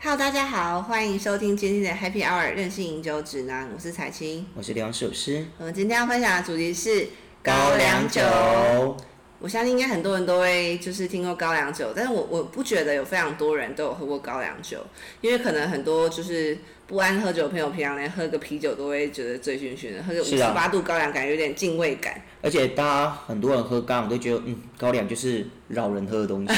Hello，大家好，欢迎收听今天的 Happy Hour 任性饮酒指南，我是彩青。我是梁首诗，我们今天要分享的主题是高我相信应该很多人都会就是听过高粱酒，但是我我不觉得有非常多人都有喝过高粱酒，因为可能很多就是不安喝酒的朋友，平常连喝个啤酒都会觉得醉醺醺的，喝个五是十啊八度高粱感觉有点敬畏感。而且大家很多人喝高粱都觉得，嗯，高粱就是老人喝 的东西，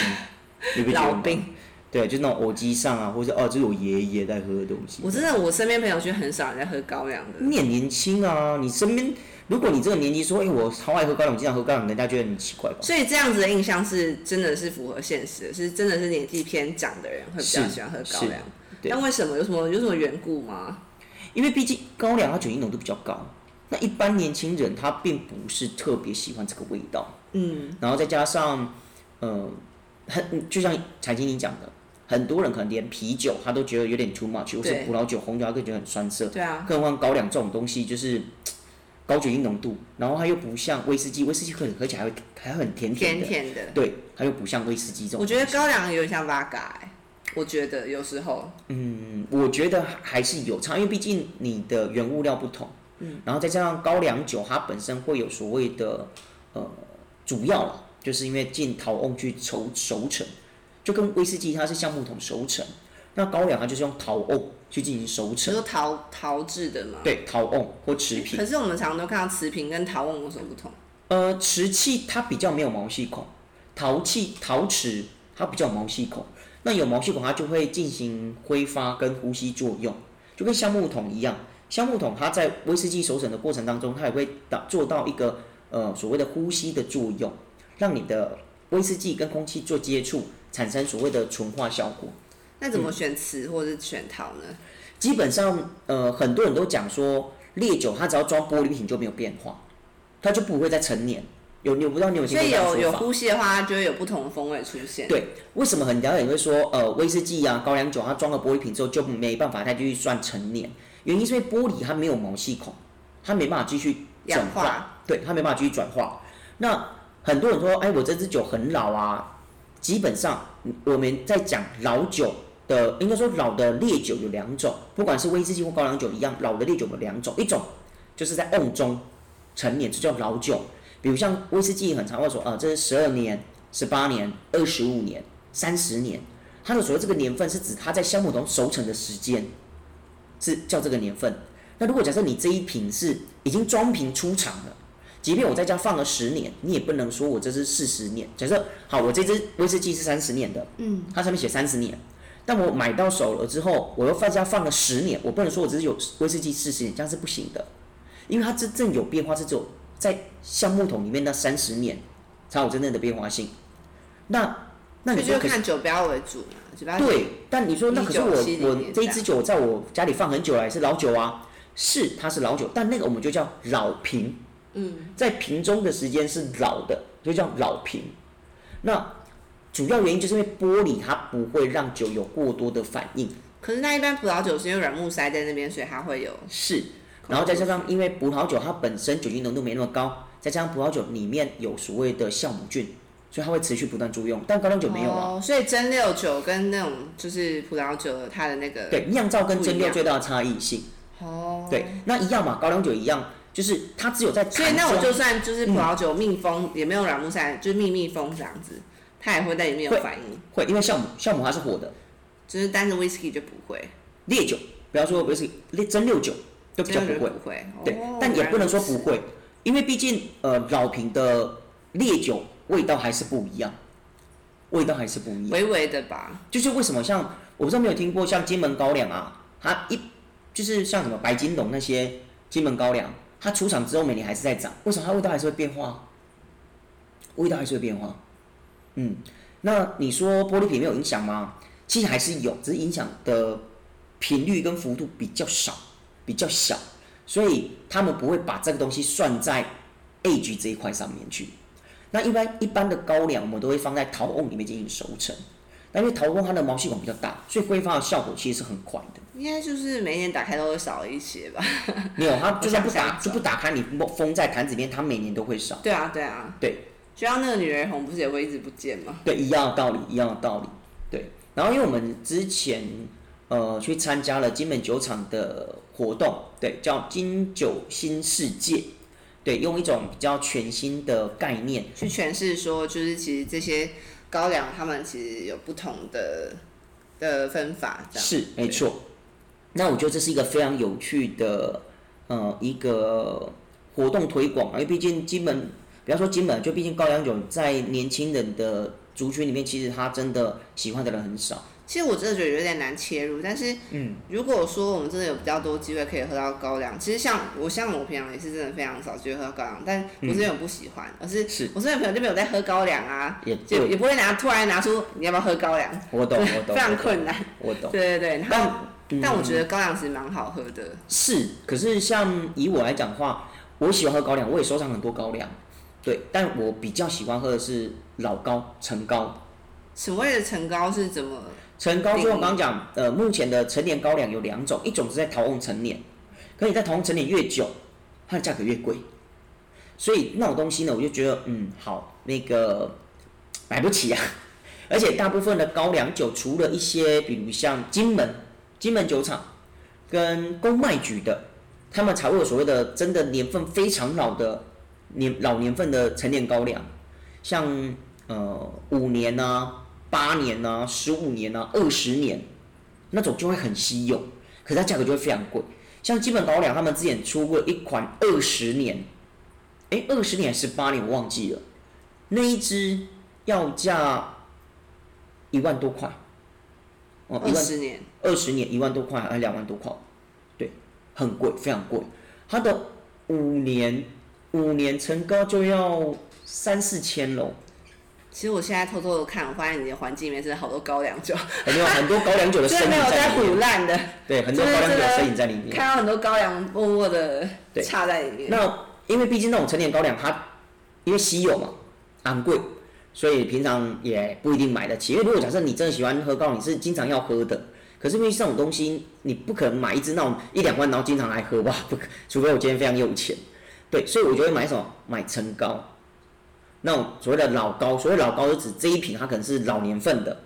你不觉得老吗？兵，对，就是那种偶机上啊，或者哦，这是我爷爷在喝的东西。我真的我身边朋友圈很少人在喝高粱的，你很年轻啊，你身边如果你这个年纪说，哎、我超爱喝高粱，我经常喝高粱，人家觉得很奇怪吧？所以这样子的印象是真的是符合现实的，是真的是年纪偏长的人会比较是喜欢喝高是粱。对但为什么？有什么有什么缘故吗？因为毕竟高粱它酒精浓度比较高，那一般年轻人他并不是特别喜欢这个味道。嗯，然后再加上，嗯，很就像财经你讲的，很多人可能连啤酒他都觉得有点 too much，或是对葡萄酒、红酒，他都觉得很酸涩。对啊，更何况高粱这种东西就是嘖高酒精浓度，然后它又不像威士忌，威士忌可能喝起来还会还会很甜甜的，甜的。对，它又不像威士忌这种。我觉得，高粱有点像 v o d a 哎，我觉得有时候嗯，我觉得还是有差，因为毕竟你的原物料不同，嗯，然后再加上高粱酒它本身会有所谓的呃主要啦，就是因为进陶瓮去熟熟成，就跟威士忌它是橡木桶熟成，那高粱它就是用陶瓮去进行熟你成，说陶陶制的嘛。对，陶瓮或瓷瓶。可是我们常常都看到瓷瓶跟陶瓮有什么不同？呃，瓷器它比较没有毛细孔，陶器陶瓷它比较有毛细孔。那有毛细孔，它就会进行挥发跟呼吸作用，就跟橡木桶一样。橡木桶它在威士忌熟成的过程当中，它也会达做到一个呃所谓的呼吸的作用，让你的威士忌跟空气做接触，产生所谓的纯化效果。那怎么选瓷或者选陶呢？基本上，呃，很多人都讲说，烈酒它只要装玻璃瓶就没有变化，它就不会再陈年。有你我不知道你有没有所听过以这样的有说有法呼吸的话，它就会有不同的风味出现。对为什么很多人会说，呃，威士忌啊、高粱酒，它装了玻璃瓶之后就没办法再继续算陈年？原因是因为玻璃它没有毛细孔，它没办法继续转氧化对，它没办法继续转化。那很多人说，哎，我这支酒很老啊。基本上我们在讲老酒的，应该说老的烈酒有两种，不管是威士忌或高粱酒一样，老的烈酒有两种，一种就是在瓮中陈年，这叫老酒。比如像威士忌，很常会说，啊，这是十二年、十八年、二十五年、三十年，它的所谓这个年份是指它在橡木桶熟成的时间，是叫这个年份。那如果假设你这一瓶是已经装瓶出厂了，即便我在家放了十年，你也不能说我这是四十年。假设好，我这支威士忌是三十年的，嗯，它上面写三十年，但我买到手了之后，我又放家放了十年，我不能说我这支有威士忌四十年，这样是不行的，因为它真正有变化是只有在橡木桶里面那三十年才有真正的变化性。那那所你以说就可是看酒标为主嘛，酒标对，但你说那可是我1970我年代这一支酒在我家里放很久了，也是老酒啊，是它是老酒，但那个我们就叫老瓶，嗯，在瓶中的时间是老的，就叫老瓶。那主要原因就是因为玻璃它不会让酒有过多的反应，可是那一般葡萄酒是因为软木塞在那边，所以它会有是，然后再加上因为葡萄酒它本身酒精浓度没那么高，再加上葡萄酒里面有所谓的酵母菌，所以它会持续不断作用，但高粱酒没有啊。哦，所以蒸馏酒跟那种就是葡萄酒它的那个对，酿造跟不一蒸馏样最大的差异性。哦，对，那一样嘛，高粱酒一样，就是它只有在所以坛那我中就算就是葡萄酒密封、也没有软木塞，就是密密封这样子，它也会在里面有会反应，会，因为酵母酵母它是活的，就是但是 whisky 就不会，烈酒，不要说不是烈蒸馏酒都比较这个不就会，不会，对哦，但也不能说不，原来会，因为毕竟呃老瓶的烈酒味道还是不一样，味道还是不一如此样，微微的吧，就是为什么像我不知道没有听过像金门高粱啊，它一就是像什么白金龙那些金门高粱，它出厂之后每年还是在涨，为什么它味道还是会变化？味道还是会变化。嗯，那你说玻璃瓶没有影响吗？其实还是有，只是影响的频率跟幅度比较少，比较小，所以他们不会把这个东西算在 age 这一块上面去。那一般一般的高粱，我们都会放在陶瓮里面进行熟成。但因为陶瓮它的毛细孔比较大，所以挥发的效果其实是很快的。应该就是每一年打开都会少一些吧， 没有，它我就算不想打象就不打开，你封封在坛子里面，它每年都会少。对啊对啊，对，就像那个女人红不是也会一直不见吗？对，一样的道理，一样的道理。对，然后因为我们之前呃去参加了金门酒厂的活动，对，叫金酒新世界，对，用一种比较全新的概念，去诠释说，就是其实这些高粱他们其实有不同的的分法，这样是没对错。那我觉得这是一个非常有趣的呃一个活动推广啊，因为毕竟金门，不要说金门，就毕竟高粱酒在年轻人的族群里面，其实他真的喜欢的人很少。其实我真的觉得有点难切入，但是，嗯，如果说我们真的有比较多机会可以喝到高粱，其实像我像我平常也是真的非常少机会喝到高粱，但我真的有不喜欢，而是嗯是我身边朋友就没有在喝高粱啊，也就对，也不会拿突然拿出你要不要喝高粱，我懂，我哦懂，非常我懂困难。我 懂。对对对，然后但嗯但我觉得高粱其实蛮好喝的，是，可是像以我来讲的话，我喜欢喝高粱，我也收藏很多高粱，对，但我比较喜欢喝的是老高、陈高。所谓的陈高是怎么？陈高就我刚刚讲，呃，目前的陈年高粱有两种，一种是在桃红陈年，可你在桃红陈年越久，它的价格越贵，所以那种东西呢，我就觉得，嗯，好，那个买不起啊。 而且大部分的高粱酒，除了一些，比如像金门、金门酒厂跟公卖局的，他们才会有所谓的真的年份非常老的年老年份的陈年高粱，像呃五年呐、八年呐、十五年呐、二十年，那种就会很稀有，可是它价格就会非常贵。像基本高粱他们之前出过一款二十年，诶，二十年还是八年我忘记了，那一支要价一万多块，哦，一二万十年，二十年一万多块，还两万多块，对，很贵，非常贵。它的五年五年成高就要三四千喽，其实我现在偷偷的看，我发现你的环境里面真的好多高粱酒， 很多很多高粱酒的真身的影没有在在 里腐面，烂的。对，很多高粱酒的身影在里面。看到很多高粱默默的对插在里面。那因为毕竟那种陈年高粱，它因为稀有嘛，昂贵，所以平常也不一定买得起。因为如果假设你真的喜欢喝高粱，你是经常要喝的，可是因为这种东西，你不可能买一支那种一两万然后经常来喝吧， 不可，除非我今天非常有钱。对，所以我就会买什么？买陈高，那种所谓的老高，所谓老高是指这一瓶它可能是老年份的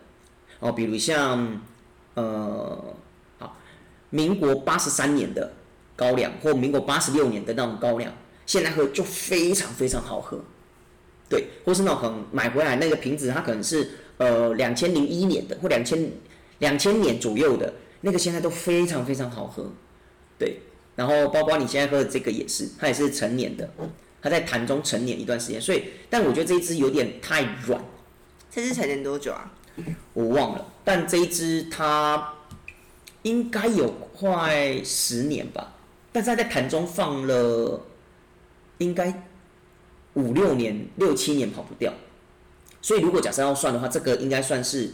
哦，比如像呃，好，民国八十三年的高粱或民国八十六年的那种高粱，现在喝就非常非常好喝。对，或是那种可能买回来那个瓶子，它可能是呃两千零一年的或两千两千年左右的那个，现在都非常非常好喝。对，然后包括你现在喝的这个也是，它也是陈年的，它在坛中陈年一段时间，所以但我觉得这一支有点太软，这支陈年多久啊？我忘了，但这一支它应该有快十年吧，但是它在盘中放了应该五六年、六七年跑不掉，所以如果假设要算的话，这个应该算是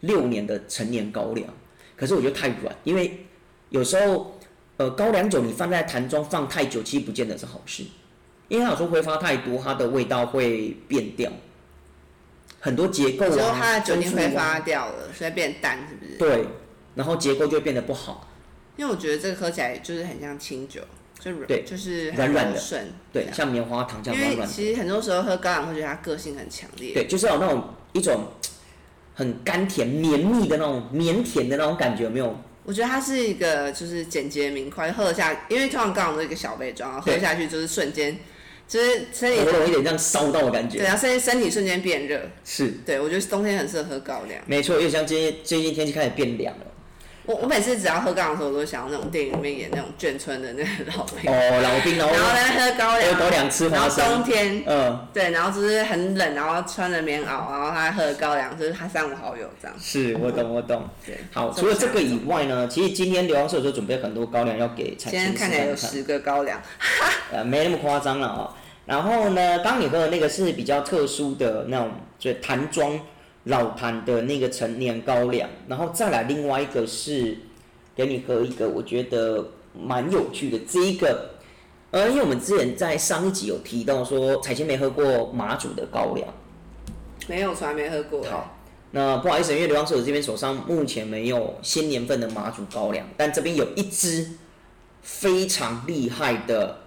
六年的陈年高粱。可是我觉得太软，因为有时候呃高粱酒你放在坛中放太久，其实不见得是好事，因为它有时候挥发太多，它的味道会变掉。很多结构之后啊，它的酒精分挥数啊发掉了，所以变淡，是不是？对，然后结构就会变得不好，因为我觉得这个喝起来就是很像清酒，就软，对就是软软的很柔顺。对，像棉花糖这啊样因软为软的，其实很多时候喝高粱会觉得它个性很强烈。对，就是要有那种一种很甘甜、绵密的那种绵甜的那种感觉，有没有？我觉得它是一个就是简洁明快，喝得下，因为通常高粱都是一个小杯装，喝对下去就是瞬间，就是身体喉咙有点这样烧到的感对觉，啊，甚至身体瞬间变热。是，对，我觉得冬天很适合喝高粱。没错，又像今天最近天气开始 变凉了，我我每次只要喝高粱的时候，我都会想到那种电影里面演那种眷村的那个老兵。哦，老兵，然后然后呢，喝高粱，喝高粱吃然花后冬生，天，嗯，对，然后就是很冷，然后穿着棉袄，然后他喝高粱，就是他三五好友这样。是我懂，我懂。对， 好，这除了么这个想以外呢，其实今天刘老师有时候准备很多高粱要给彩今青天试看起来有看看。十个高粱，呃，没那么夸张了哦。然后呢，刚你喝的那个是比较特殊的那种，就是坛庄老坛的那个陈年高粱，然后再来另外一个是给你喝一个，我觉得蛮有趣的这一个。呃，因为我们之前在上一集有提到说，彩琴没喝过马祖的高粱。没有，从来没喝过。好，那不好意思，因为流浪射手这边手上目前没有新年份的马祖高粱，但这边有一支非常厉害的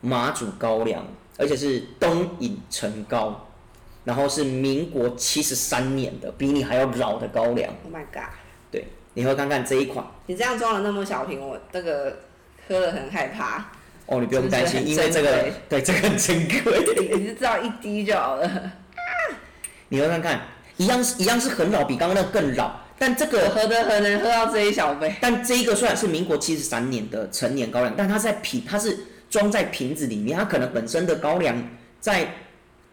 马祖高粱，而且是东引陈高，然后是民国七十三年的，比你还要老的高粱。 ，Oh my god！对，你喝看看这一款你这样装了那么小瓶，我这个喝了很害怕。 哦，你不用担心，真因是为很这个对这个很珍贵。你你就知道一滴就好了。你喝看看，一样是一样是很老，比刚刚那个更老，但这我个喝的喝能喝到这一小杯，但这一个虽然是民国七十三年的陈年高粱，但它在瓶它是装在瓶子里面，它可能本身的高粱在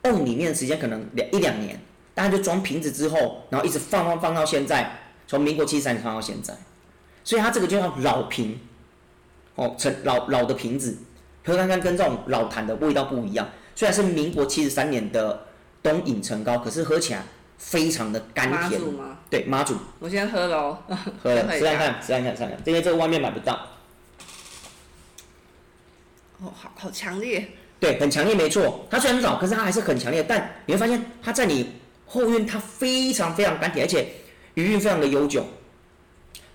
瓮里面的时间可能两一两年，但它就装瓶子之后，然后一直放放放到现在，从民国七十三年放到现在，所以它这个就叫老瓶，哦，陈老老的瓶子，喝看看跟这种老坛的味道不一样，虽然是民国七十三年的东引陈高，可是喝起来非常的甘妈甜，祖吗？对妈祖我先喝喽。喝了，可以试看啊看，试看看，试看看，因为这个外面买不到。 哦，好好强烈，对，很强烈，没错。它虽然老，可是它还是很强烈。但你会发现，它在你后院，它非常非常甘甜，而且余韵非常的悠久。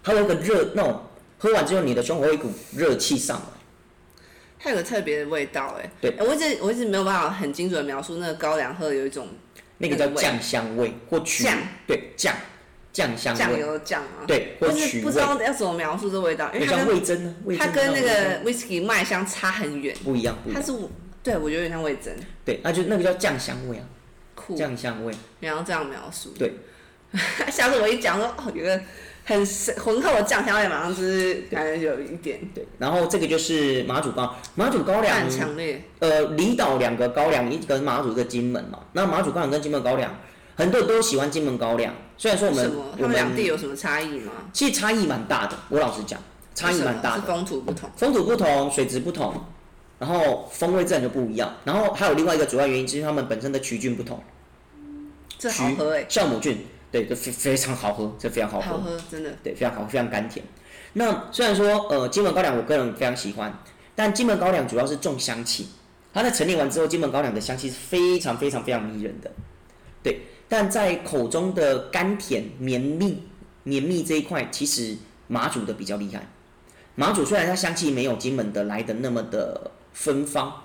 它有一个热那种，喝完之后你的胸口有一股热气上来。它有个特别的味道哎。对哎我一直我一直没有办法很精准的描述那个高粱喝的有一种那个叫那个味酱香味或曲酱对酱酱香酱味，油的酱啊，对或但是曲不味知，道要怎么描述这味道，因那为它像跟味噌呢，味噌它跟那你知道吗个 whisky 麦香差很远，不一样，不一它样，是对我觉得有点像味噌，对，那就那个叫酱香味啊，酷，酱香味，你要这样描述。对， 下次我一讲说哦，有个很深浑厚的酱香味，马上就是感觉有一点对。然后这个就是马祖高马祖高粱很，强烈，呃，离岛两个高粱，一个马祖，一个金门嘛。那马祖高粱跟金门高粱，很多人都喜欢金门高粱。虽然说我什们么？他我们两地们有什么差异吗？其实差异蛮大的，我老实讲，差异蛮大是的，风土不同，风土不同，水质不同，然后风味自然就不一样。然后还有另外一个主要原因，就是他们本身的曲菌不同，这好喝哎、酵母菌，对，这非非常好喝，这非常好喝好。喝，真的。对，非常好，非常甘甜。那虽然说呃，金门高粱我个人非常喜欢，但金门高粱主要是重香气，它在陈年完之后，金门高粱的香气是非常非常非常迷人的。对，但在口中的甘甜绵密绵密这一块，其实马祖的比较厉害。马祖虽然它香气没有金门的来的那么的芬芳，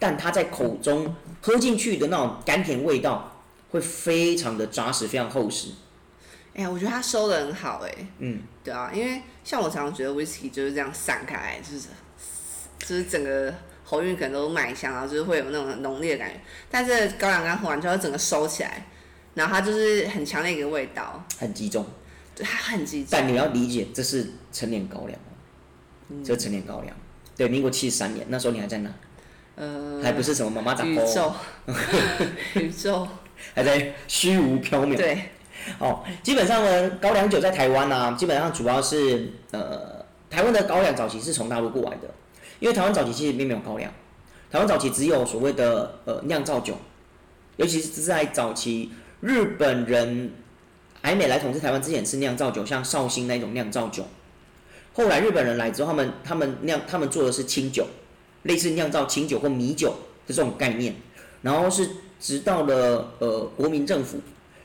但它在口中喝进去的那种甘甜味道会非常的扎实，非常厚实。哎呀，我觉得它收的很好哎、嗯，对啊，因为像我常常觉得 whisky 就是这样散开来，就是就是整个喉韵可能都麦香，然后就是会有那种浓烈的感觉。但是高粱刚喝完之后，它整个收起来，然后它就是很强烈一个味道，很集中。对，它很集中。但你要理解，这是陈年高粱，嗯这是陈年高粱。对，民国七十三年，那时候你还在哪？呃，还不是什么妈妈掌宇沟，宙，宇 宙，还在虚无缥缈。对，哦，基本上呢，高粱酒在台湾呢、啊基本上主要是呃，台湾的高粱早期是从大陆过来的，因为台湾早期其实并没有高粱，台湾早期只有所谓的呃酿造酒，尤其是在早期日本人还没来统治台湾之前是酿造酒，像绍兴那种酿造酒，后来日本人来之后，他们他们酿他们做的是清酒，类似酿造清酒或米酒的这种概念，然后是直到了呃国民政府。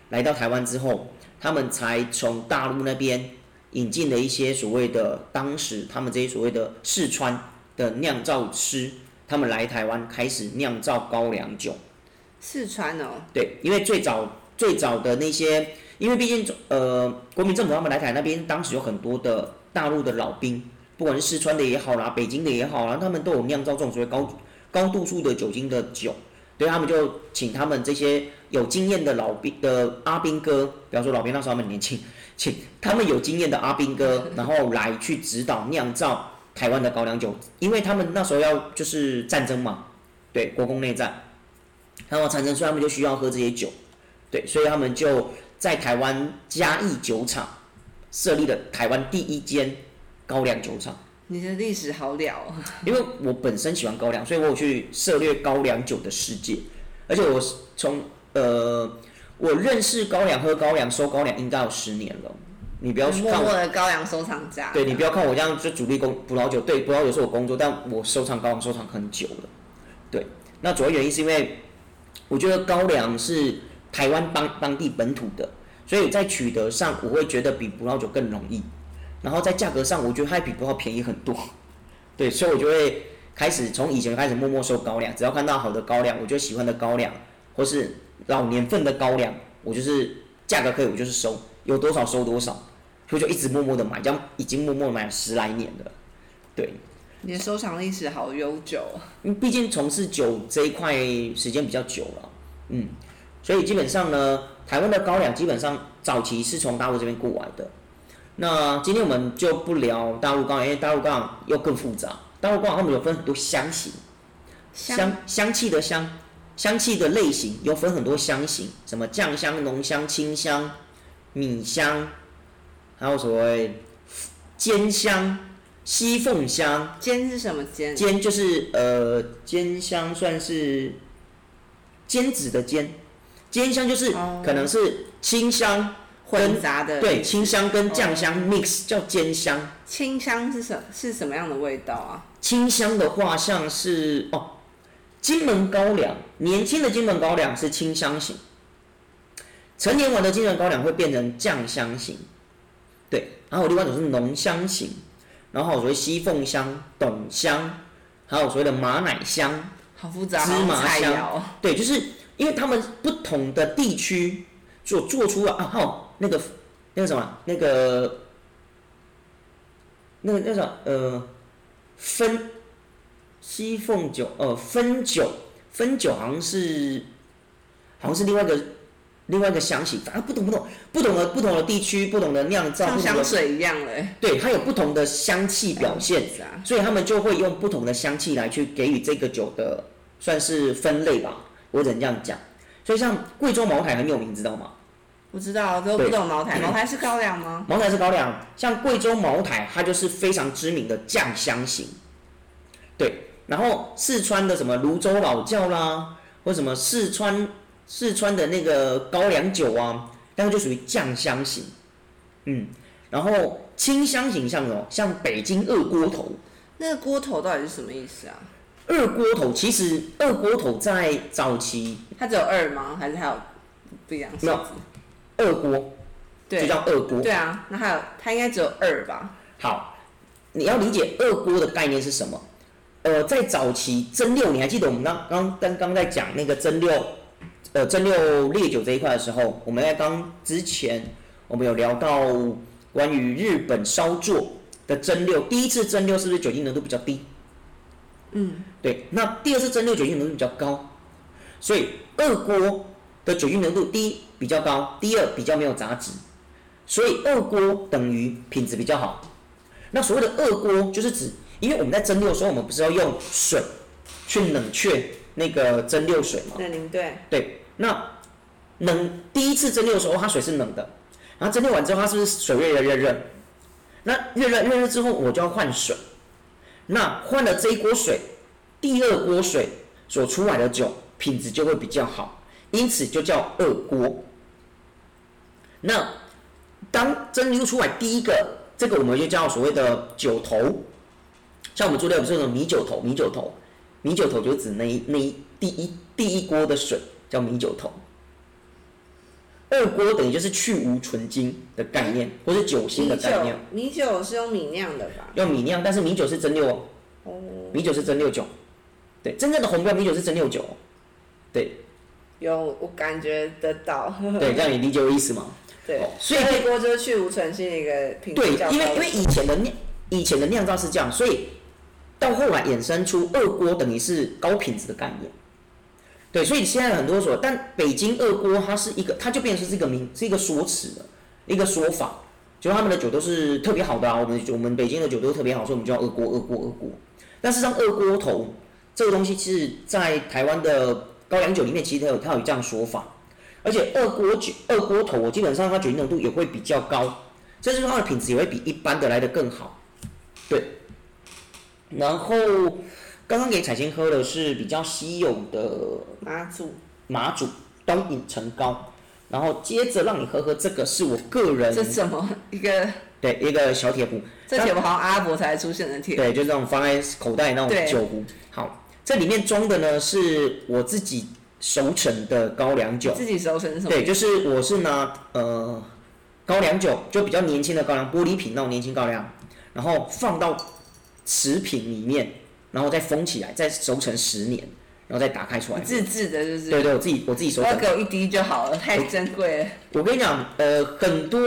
来到台湾之后，他们才从大陆那边引进了一些所谓的当时他们这些所谓的四川的酿造师，他们来台湾开始酿造高粱酒。四川哦，对，因为最早最早的那些，因为毕竟呃，国民政府他们来台那边，当时有很多的大陆的老兵，不管是四川的也好啦，北京的也好啦，他们都有酿造这种所谓高高度数的酒精的酒，对他们就请他们这些有经验的老兵的阿兵哥，比方说老兵那时候他们年轻， 请他们有经验的阿兵哥，然后来去指导酿造台湾的高粱酒，因为他们那时候要就是战争嘛，对，国共内战。然后产生，所以他们就需要喝这些酒，对，所以他们就在台湾嘉义酒厂设立了台湾第一间高粱酒厂。你的历史好了哦，因为我本身喜欢高粱，所以我有去涉猎高粱酒的世界，而且我是从呃，我认识高粱、喝高粱、收高粱应该有十年了。你不要看默我默的高粱收藏家，对你不要看我这样就主力工葡萄酒，对葡萄酒是我工作，但我收藏高粱收藏很久了。对，那主要原因是因为我觉得高粱是台湾当当地本土的，所以在取得上我会觉得比葡萄酒更容易，然后在价格上我觉得它比葡萄便宜很多。 对，所以我就会开始从以前开始默默收高粱，只要看到好的高粱，我就喜欢的高粱，或是老年份的高粱，我就是价格可以我就是收，有多少收多少。所以就一直默默的买，这样已经默默地买了十来年了。对，你的收藏历史好悠久哦，因为毕竟从事酒这一块时间比较久了，嗯，所以基本上呢，台湾的高粱基本上早期是从大陆这边过来的。那今天我们就不聊大陆高粱，因为大陆高粱又更复杂。大陆高粱他们有分很多香型，香香气的香，香气的类型有分很多香型，什么酱香、浓香、清香、米香，还有所谓煎香、西凤香，尖是什么尖？煎就是呃，煎香算是尖子的尖，煎香就是哦可能是清香混杂的对哦清香跟酱香 mix 叫煎香。清香是什是什么样的味道啊？清香的话像是哦，金门高粱，年轻的金门高粱是清香型，成年完的金门高粱会变成酱香型，对，然后另外一种是浓香型，然后还有所谓西凤香、董香，还有所谓的马奶香，好复杂，芝麻好像菜香肴哦。对，就是因为他们不同的地区所做出啊，还有那个那个什么那个那个那个什么呃分西凤酒呃分酒分酒好像是好像是另外一个另外一个香型，反正不同不同不同的不同的地区不同的酿造，像不同香的水一样嘞，对它有不同的香气表现。是啊，所以他们就会用不同的香气来去给予这个酒的算是分类吧，我只能这样讲。所以像贵州茅台很有名，知道吗？我知道，可我不懂茅台，茅台是高粱吗？茅台是高粱，像贵州茅台它就是非常知名的酱香型，对。然后四川的什么泸州老窖啦，或什么四川四川的那个高粱酒啊，那个就属于酱香型，嗯。然后清香型像什么？像北京二锅头，那个锅头到底是什么意思啊？二锅头其实二锅头在早期它只有二吗？还是还有不一样？没有，二锅就对叫二锅。对啊，那还有它应该只有二吧？好，你要理解二锅的概念是什么？呃，在早期蒸馏，你还记得我们刚刚刚刚在讲那个蒸馏，呃，蒸馏烈酒这一块的时候，我们在刚之前我们有聊到关于日本烧作的蒸馏，第一次蒸馏是不是酒精浓度比较低？嗯，对，那第二次蒸馏酒精浓度比较高，所以二锅的酒精浓度第一比较高，第二比较没有杂质，所以二锅等于品质比较好。那所谓的二锅就是指，因为我们在蒸馏的时候，我们不是要用水去冷却那个蒸馏水吗？那您对，对，那冷第一次蒸馏的时候，它水是冷的，然后蒸馏完之后，它是不是水越来越热？那越热越热之后，我就要换水。那换了这一锅水，第二锅水所出来的酒品质就会比较好，因此就叫二锅。那当蒸馏出来第一个，这个我们就叫所谓的酒头，像我们做料理是那种米酒头，米酒头，米酒头就指那一那一第一第一锅的水叫米酒头。二锅等于就是去无纯精的概念，或是酒心的米概酒念，米酒是用米酿的吧？用米酿，但是米酒是蒸馏哦。哦，米酒是蒸馏酒，对，真正的红标米酒是蒸馏酒，哦对有，我感觉得到。 对，这样你理解我意思吗？对哦，所以二锅就是去无存心的一个品对质较，因为高因为以前的酿以前的酿造是这样，所以到后来衍生出二锅等于是高品质的概念，对，所以现在很多所，但北京二锅它是一个，它就变成是一个名，是一个说辞的一个说法，就是他们的酒都是特别好的啊，我们我们北京的酒都特别好，所以我们就叫二锅二锅二锅。但事实上，二锅头这个东西是在台湾的高粱酒里面，其实它有它有这样说法，而且二锅酒二锅头，我基本上它酒精浓度也会比较高。所以说它的品质也会比一般的来的更好。对，然后刚刚给彩青喝的是比较稀有的妈祖马祖东引陈高，然后接着让你喝喝这个是我个人这怎么一个？对一个小 铁壶，这铁壶好像阿伯才出现的铁，对，就是那种放在口袋那种对酒壶。好，这里面装的呢是我自己熟成的高粱酒，自己熟成是什么？对，就是我是拿呃高粱酒，就比较年轻的高粱，玻璃瓶那种年轻高粱，然后放到瓷瓶里面，然后再封起来，再熟成十年，然后再打开出来你喝。自制的，就是对对，我自己我自己不熟要成。给我一滴就好了，太珍贵了。我跟你讲，呃，很多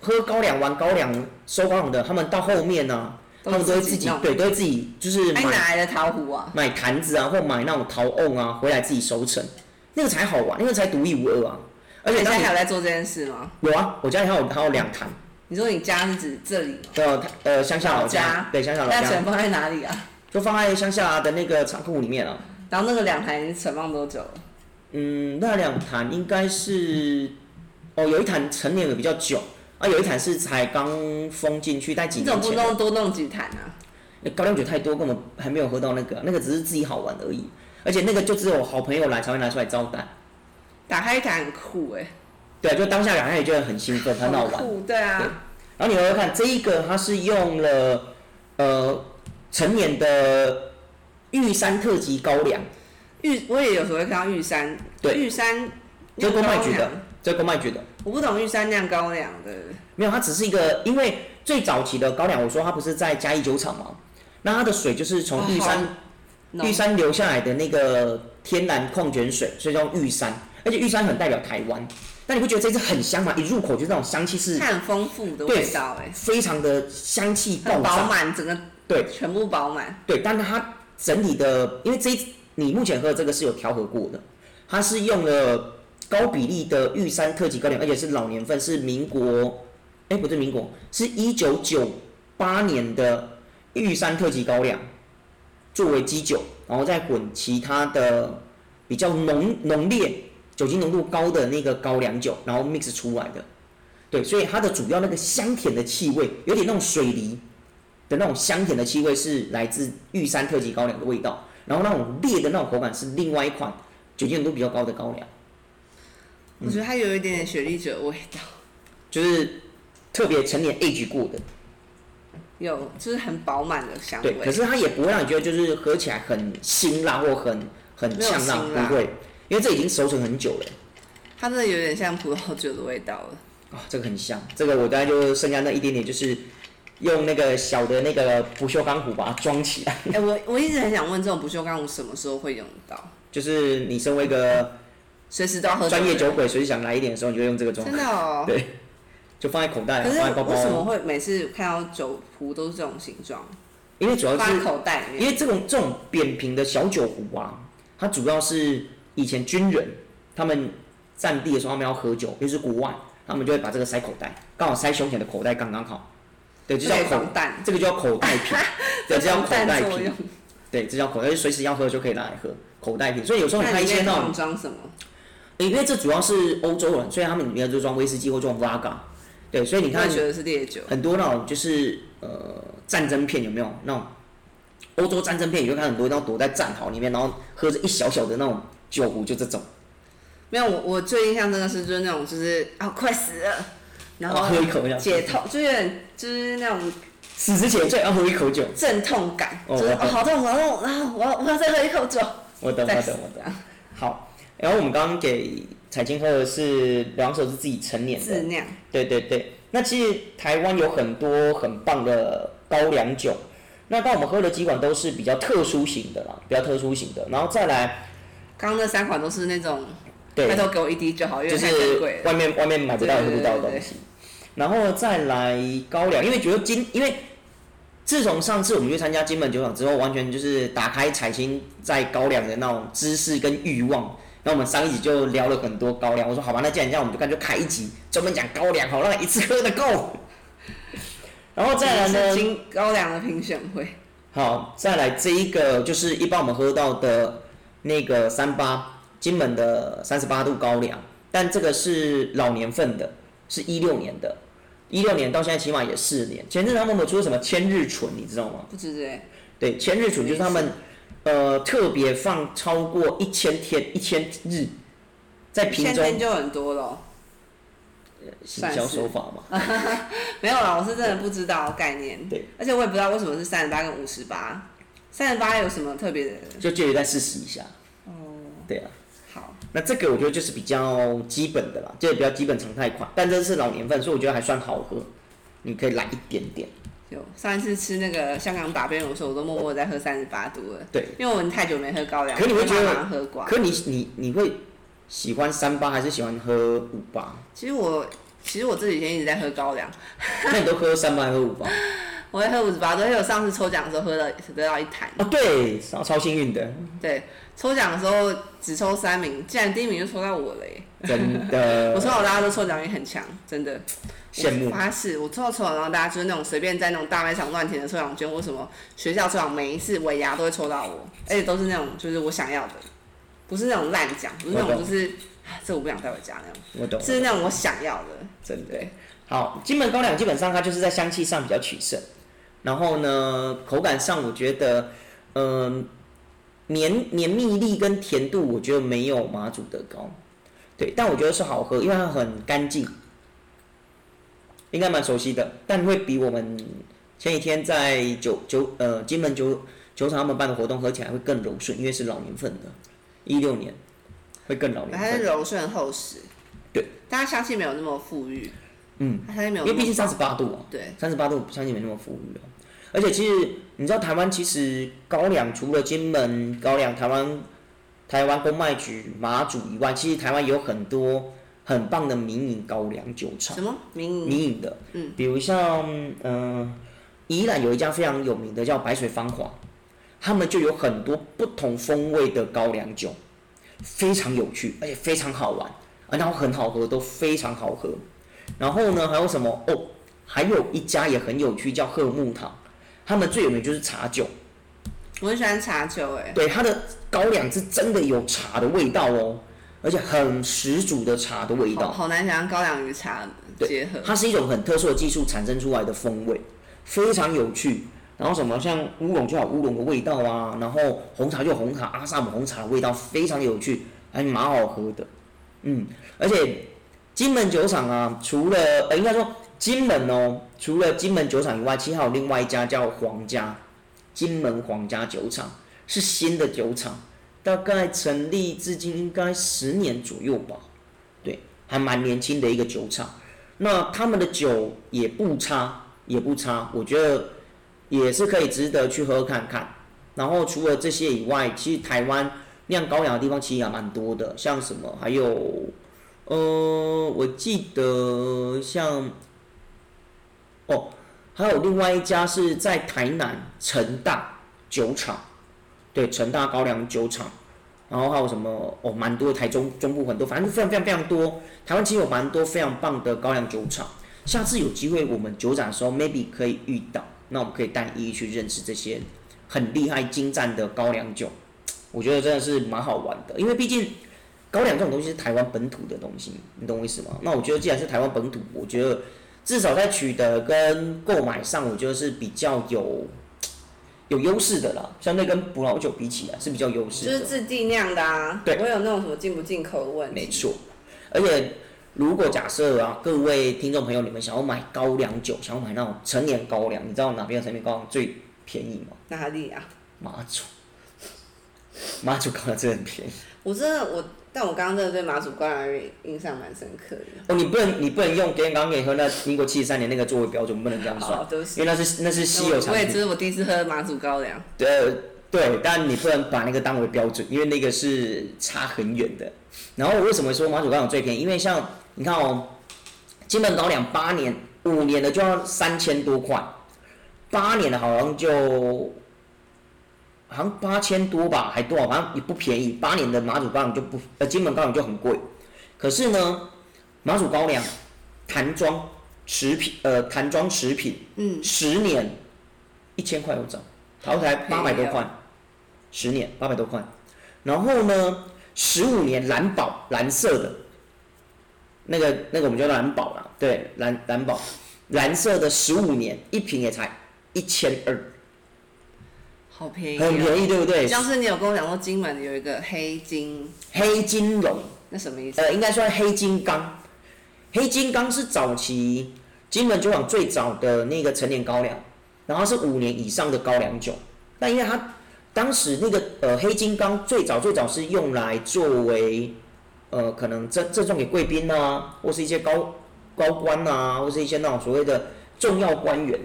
喝高粱、玩高粱、收高粱的，他们到后面呢、他们都会自己弄。对，都会自己就是哎，买哪来的桃壶啊？买坛子啊，或买那种陶瓮啊，回来自己收成，那个才好玩，那个才独一无二啊。而而且哎且现当在你还有在做这件事吗？有啊，我家里还有还有两坛，你说你家是指这里吗？呃呃，乡下老老家家，对，乡下老那家存放在哪里啊？就放在乡下的那个仓库里面啊。然后那个两台存放多久了？嗯，那两坛应该是，哦，有一坛陈年的比较久，啊，有一坛是才刚封进去，但几你怎么年不前。弄多弄几坛啊？那高粱酒太多，根本还没有喝到那个，那个只是自己好玩而已。而且那个就只有好朋友来才会拿出来招待，打开一坛很酷哎、对，啊就当下两个人也觉得很兴奋，很好玩。酷对啊，然后你回头看这一个，它是用了呃成年的玉山特级高粱，玉我也有时候会看到玉山，对玉山这酿是公卖高局的粱，，这是公卖局的。我不懂玉山酿高粱的，没有，它只是一个，因为最早期的高粱，我说它不是在嘉义酒厂嘛，那它的水就是从玉哦山、浓玉山流下来的那个天然矿泉水，所以叫玉山，而且玉山很代表台湾。但你不觉得这支很香吗？一入口就那种香气是它很丰富的对味道哎、非常的香气爆很饱炸，满，整个对全部饱满，对，但它整体的，因为这一你目前喝的这个是有调和过的，它是用了高比例的玉山特级高粱，而且是老年份，是民国，哎、不对，民国是一九九八年的玉山特级高粱作为基酒，然后再混其他的比较浓浓烈、酒精浓度高的那个高粱酒，然后 mix 出来的。对，所以它的主要那个香甜的气味，有点那种水梨的那种香甜的气味，是来自玉山特级高粱的味道。然后那种烈的那种口感是另外一款酒精浓度比较高的高粱，嗯我觉得它有一点点雪莉酒的味道，就是特别成年 age 过的。有就是很饱满的香对，可味，是它也不会让你觉得就是喝起来很辛辣或很很没有呛辣，辛辣不会，因为这已经熟成很久了。它真的有点像葡萄酒的味道了。啊、这个很香，这个我大概就剩下那一点点，就是用那个小的那个不锈钢壶把它装起来。 哎、我我一直很想问这种不锈钢壶什么时候会用到，就是你身为一个随时都要喝专业的人酒鬼，随时想来一点的时候，你就用这个装真，的哦。对就放在口袋，可是放在包为什么包。会每次看到酒壶都是这种形状，因为主要放在哦是口袋里因面？为这种这种扁平的小酒壶啊，它主要是以前军人他们战地的时候，他们要喝酒，尤其是国外，他们就会把这个塞口袋，刚好塞胸前的口袋刚刚好。对，不就可叫以口防，弹，这个就叫口袋瓶， 对，这叫口防袋弹作瓶用。。对，这叫口袋，就随时要喝就可以拿来喝口袋瓶。所以有时候你那看一里些面那种通，装什么？因为这主要是欧洲人，所以他们里面就装威士忌或装 v o d a 对，所以你我看也觉得是烈酒，很多那种就是呃战争片有没有那种欧洲战争片，你就看很多那种躲在战壕里面，然后喝着一小小的那种酒壶，就这种，没有我我最印象真的是就是那种就是啊快死了，然然后后哦喝一口这样，解痛，就有点就是那种死之前最要喝一口酒。阵痛感，哦就是、我懂哦、好痛好痛，然后我要我要再喝一口酒，我懂，我再懂，死我懂。啊好，然哎后我们刚刚给彩青喝的是两手是自己成年的自，酿。对对对，那其实台湾有很多很棒的高粱酒，那但我们喝的几款都是比较特殊型的啦，比较特殊型的。然后再来，刚刚那三款都是那种，拜对，托给我一滴就好，因就为太珍贵是了。外面外面买不到、喝对对对不到的东西。然后再来高粱，因为觉得金，因为自从上次我们去参加金门酒厂之后，完全就是打开彩青在高粱的那种知识跟欲望。那我们上一集就聊了很多高粱，我说好吧，那既然这样，我们就干脆开一集专门讲高粱，好让你一次喝的够。然后哦再来呢，是金高粱的评选会，好，再来这一个就是一般我们喝到的那个三八金门的三十八度高粱，但这个是老年份的，是一六年的，一六年到现在起码也四年。前阵他们有出什么千日醇，你知道吗？不知哎，对，千日醇就是他们呃特别放超过一千天一千日，在瓶现中天就很多了哦。行销手法嘛，没有啦，我是真的不知道概念。对，而且我也不知道为什么是三十八跟五十八，三十八有什么特别的？就介于在四十以下。哦，对啊。好，那这个我觉得就是比较基本的啦，就是比较基本常态款，但这是老年份，所以我觉得还算好喝，你可以来一点点。有上一次吃那个香港打边炉的时候，我都默默在喝三十八度了，对，因为我们太久没喝高粱，可你会我觉得没办法喝过啊。可你你你会喜欢三八还是喜欢喝五八？其实我其实我这几天一直在喝高粱，那你都喝三包还喝五包？我会喝五十八度，因为我上次抽奖的时候喝了得到一坛。 哦，对，超超幸运的，对，抽奖的时候只抽三名，竟然第一名就抽到我了耶！真的我 抽到大家都抽奖欲很强，真的羡慕我。发誓，我抽到抽奖，然后大家就是那种随便在那种大卖场乱填的抽奖券，或什么学校抽奖，每一次尾牙都会抽到我，而且都是那种就是我想要的，不是那种烂奖，不是那我种懂就是啊这我不想带回家那种，我懂，是那种我想要的。真的欸对。好，金门高粱基本上它就是在香气上比较取胜，然后呢，口感上我觉得，嗯、绵绵密力跟甜度，我觉得没有马祖的高，对，但我觉得是好喝，因为它很干净，应该蛮熟悉的，但会比我们前几天在酒酒呃金门酒酒厂他们办的活动喝起来会更柔顺，因为是老年份的，一六年会更老年它是份，柔顺厚实，对，但它香气没有那么富裕，嗯，它香气没有那因么，为毕竟三十八度啊。对，三十八度我相信没那么富裕哦。而且其实你知道，台湾其实高粱除了金门高粱、台湾台湾公卖局、马祖以外，其实台湾有很多很棒的民营高粱酒厂，什么民营民营的，嗯，比如像嗯、呃宜兰有一家非常有名的叫白水芳华，他们就有很多不同风味的高粱酒，非常有趣，而且非常好玩，啊，然后很好喝，都非常好喝。然后呢，还有什么哦？还有一家也很有趣，叫鹤木堂，他们最有名就是茶酒，我很喜欢茶酒、哎，对，它的高粱是真的有茶的味道哦，而且很十足的茶的味好道。好难想象高粱与茶对结合，它是一种很特殊的技术产生出来的风味，非常有趣。然后什么像乌龙就有乌龙的味道啊，然后红茶就有红茶阿萨姆红茶的味道，非常有趣，还蛮好喝的。嗯，而且金门酒厂啊，除了呃应该说金门哦，除了金门酒厂以外，其实还有另外一家叫皇家，金门皇家酒厂是新的酒厂，大概成立至今应该十年左右吧，对，还蛮年轻的一个酒厂。那他们的酒也不差，也不差，我觉得也是可以值得去喝看看。然后除了这些以外，其实台湾酿高粱的地方其实也蛮多的，像什么还有，呃，我记得像，哦，还有另外一家是在台南成大酒厂，对，成大高粱酒厂。然后还有什么哦，蛮多台中中部很多，反正非常非常非常多。台湾其实有蛮多非常棒的高粱酒厂，下次有机会我们酒展的时候，maybe 可以遇到，那我们可以带一一去认识这些很厉害精湛的高粱酒，我觉得真的是蛮好玩的，因为毕竟高粱这种东西是台湾本土的东西，你懂我意思吗？那我觉得既然是台湾本土，我觉得至少在取得跟购买上，我觉得是比较有。有优势的啦，相对跟葡萄酒比起来是比较优势就的。是自己酿的啊，对不会有那种什么进不进口的问没题，错，而且如果假设啊，各位听众朋友，你们想要买高粱酒，想要买那种陈年高粱，你知道哪边的陈年高粱最便宜吗？哪里啊？马祖，马祖高粱真的很便宜我真的我，但我刚刚真的对马祖高粱印印象蛮深刻的。哦。你不能，你不能用别人刚给你喝那民国七十三年那个作为标准，不能这样好，算，对不因起，为那是那是稀有那我产我也品。这是我第一次喝马祖高粱，对呃对，但你不能把那个当为标准，因为那个是差很远的。然后我为什么说马祖高粱最便宜？因为像你看哦，金门高粱八年五年的就要三千多块，八年的好像就好像八千多吧，还多少？反正也不便宜。八年的马祖高粱就不呃金门高粱就很贵，可是呢，马祖高粱坛装食品呃坛装食品嗯，十年一千块有找，淘才八百多块，十年八百多块。然后呢，十五年蓝宝蓝色的，那个那个我们叫蓝宝啦，对，蓝蓝宝蓝色的十五年一瓶也才一千二，好便宜、很啊。便宜，对不对？像是你有跟我讲过，金门有一个黑金，黑金龙，那什么意思？呃，应该算黑金刚，黑金刚是早期金门酒厂最早的那个陈年高粱，然后是五年以上的高粱酒。但因为它当时那个呃黑金刚最早最早是用来作为呃可能赠赠送给贵宾啊，或是一些高高官啊，或是一些那种所谓的重要官员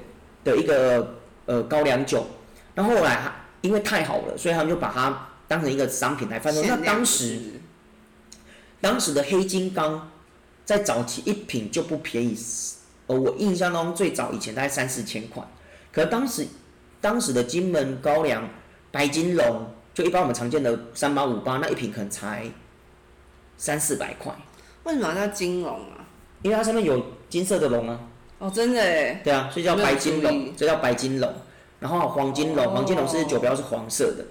的一个呃高粱酒。那后来它因为太好了，所以他们就把它当成一个商品来贩售。那限量当的时是不是当时的黑金刚在早期一瓶就不便宜，呃，我印象中最早以前大概三四千块，可当时当时的金门高粱、白金龙，就一般我们常见的三八五八那一瓶可能才三四百块，为什么叫金龙啊？因为它上面有金色的龙啊，哦，真的哎，对啊，所以叫我没有白金注意龙，所以叫白金龙。然后黄金龙，哦黄金龙是酒标是黄色的，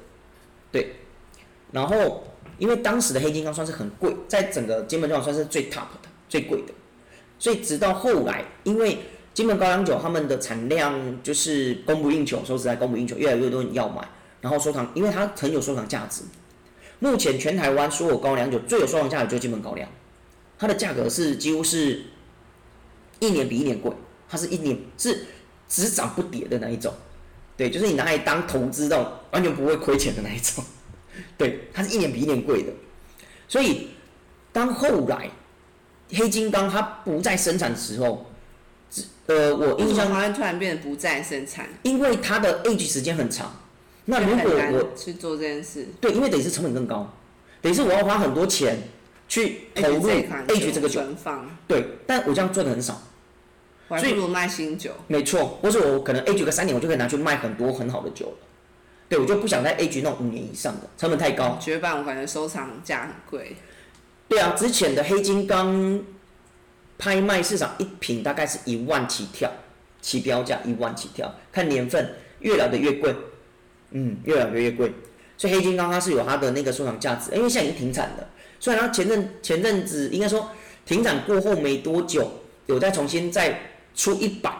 对。然后因为当时的黑金刚算是很贵，在整个金门酒厂算是最 top 的、最贵的，所以直到后来，因为金门高粱酒他们的产量就是供不应求，说实在供不应求，越来越多人要买，然后收藏，因为它很有收藏价值。目前全台湾所有高粱酒最有收藏价值就是金门高粱，它的价格是几乎是一年比一年贵，它是一年是只涨不跌的那一种，对，就是你拿来当投资那种完全不会亏钱的那一种， 对，它是一年比一年贵的。所以当后来黑金刚它不再生产的时候，只呃，我为印什么象好像突然变得不再生产？因为它的 age 时间很长，那如就果很我难去做这件事，对，因为等于是成本更高，等于是我要花很多钱去投入 H 这个酒，存放，对，但我这样赚的很少，我还所以不如卖新酒。没错，或是我可能 H 个三年，我就可以拿去卖很多很好的酒了，对，我就不想在 H 弄五年以上的，成本太高。绝版我感觉收藏价很贵，对啊，之前的黑金刚拍卖市场一瓶大概是一万起跳，起标价一万起跳，看年份，越老的越贵，嗯，越老的越贵。所以黑金刚它是有它的那个收藏价值，因为现在已经停产了。虽然它前阵前阵子应该说停产过后没多久，有再重新再出一版，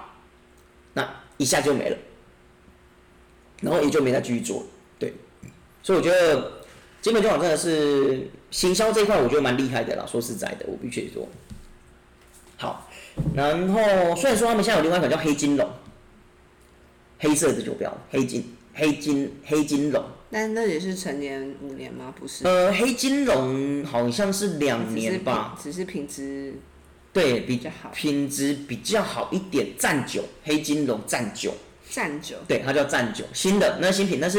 那一下就没了，然后也就没再继续做了。对，所以我觉得金本酒厂真的是行销这一块我觉得蛮厉害的啦，说实在的，我必须说。好，然后虽然说他们现在有另外一款叫黑金龙，黑色的酒标，黑金、黑金、黑金龙。但那也是成年五年吗？不是，呃，黑金龙好像是两只是年吧，品，只是品质对比比较好。品质比较好一点，战酒，黑金龙战酒，占酒对，它叫战酒，新的那新品，那是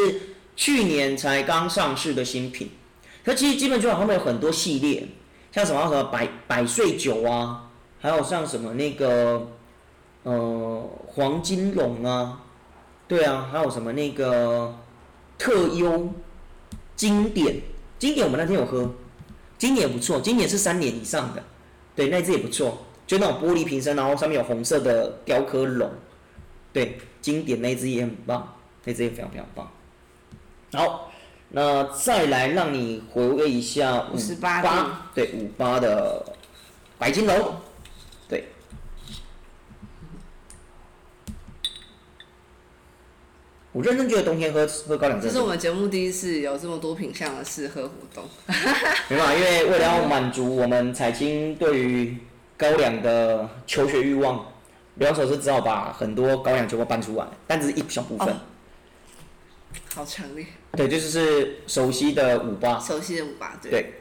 去年才刚上市的新品。可其实基本酒厂后面有很多系列，像什么什么百百岁酒啊，还有像什么那个呃黄金龙啊，对啊，还有什么那个特优经典，经典我们那天有喝，经典也不错，经典是三年以上的，对，那一支也不错，就那种玻璃瓶身，然后上面有红色的雕刻龙，对，经典那一支也很棒，那支也非常非常棒。好，那再来让你回味一下五十八度，八对五八的白金龙，对。我认真觉得冬天喝喝高粱这真是的我们节目第一次有这么多品相的试喝活动。没办法，因为为了要满足我们彩青对于高粱的求学欲望，两手是只好把很多高粱酒搬出来，但只是一小部分。哦好强烈，对，就是是熟悉的五八，熟悉的五八对，对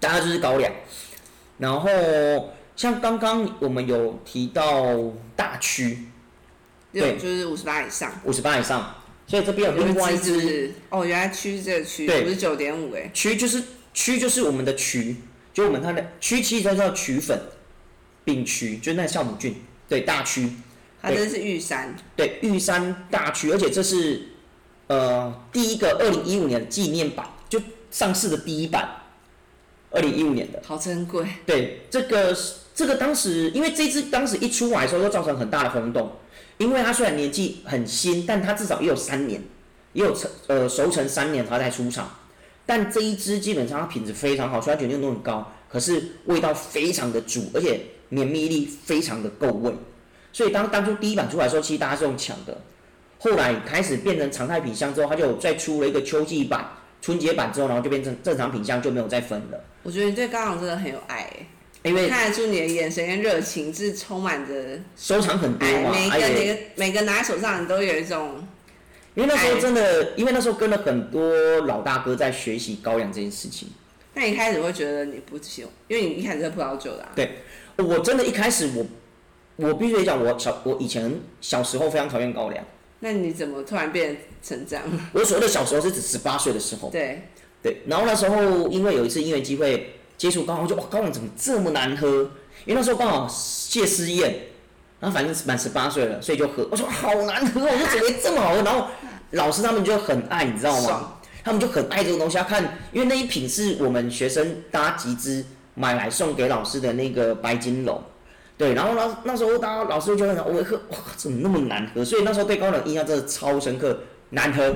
大家就是高粱。然后像刚刚我们有提到大区对有就是五十八以上。五十八以上，所以这边有另外一就是支指哦，原来区是这个区，对不是九点五哎，曲就是曲就是我们的曲，就我们它的曲其实它叫曲粉，丙曲就是那酵母菌，对大曲，它真的是玉山，对玉山大曲，而且这是呃第一个二零一五年的纪念版，就上市的第一版，二零一五年的。好珍贵。对，这个是这个当时，因为这支当时一出来的时候，就造成很大的轰动。因为它虽然年纪很新，但它至少也有三年，也有成呃熟成三年它才出厂。但这一支基本上它品质非常好，虽然酒精度很高，可是味道非常的足，而且绵密力非常的够味。所以当当初第一版出来的时候，其实大家是用抢的。后来开始变成常态品相之后，它就再出了一个秋季版、春节版之后，然后就变成正常品相，就没有再分了。我觉得你对高粱真的很有爱哎，因为看得出你的眼神跟热情是充满着收藏很多爱，嘛，每一个哎也每个每个拿在手上，你都有一种因为那时候真哎的，因为那时候跟了很多老大哥在学习高粱这件事情。那你一开始会觉得你不行，因为你一开始是葡萄酒的、啊，对我真的一开始我，我必须得讲，我小我以前小时候非常讨厌高粱。那你怎么突然变成这样？我所谓的小时候是指十八岁的时候，对，对。然后那时候因为有一次因缘机会接触高粱，我就哇，高粱怎么这么难喝？因为那时候刚好谢师宴，然后反正满十八岁了，所以就喝。我说好难喝，我说怎么会这么好喝？然后老师他们就很爱，你知道吗爽？他们就很爱这个东西。他看，因为那一瓶是我们学生大家集资买来送给老师的那个白金龙。对，然后那那时候大家老师就会讲，我喝哎哇，怎么那么难喝？所以那时候对高冷印象真的超深刻，难喝，